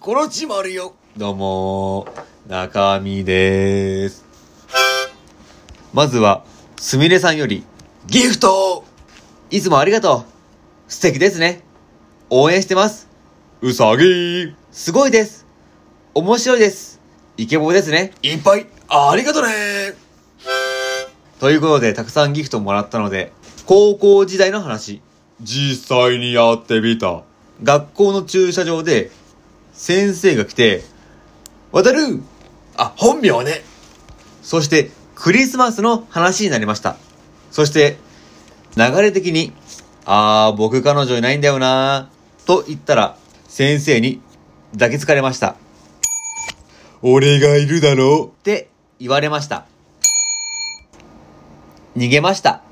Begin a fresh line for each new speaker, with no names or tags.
コロチマルよ。
どうもー、中身でーす。まずは、すみれさんより、
ギフト
いつもありがとう。素敵ですね。応援してます。うさぎー。すごいです。面白いです。イケボですね。
いっぱいありがとね
ということで、たくさんギフトもらったので、高校時代の話。実際にやってみた。学校の駐車場で、先生が来て、渡る
あ、本名ね。
そして、クリスマスの話になりました。そして、流れ的に、あー、僕彼女いないんだよなー、と言ったら、先生に抱きつかれました。俺がいるだろって言われました。逃げました。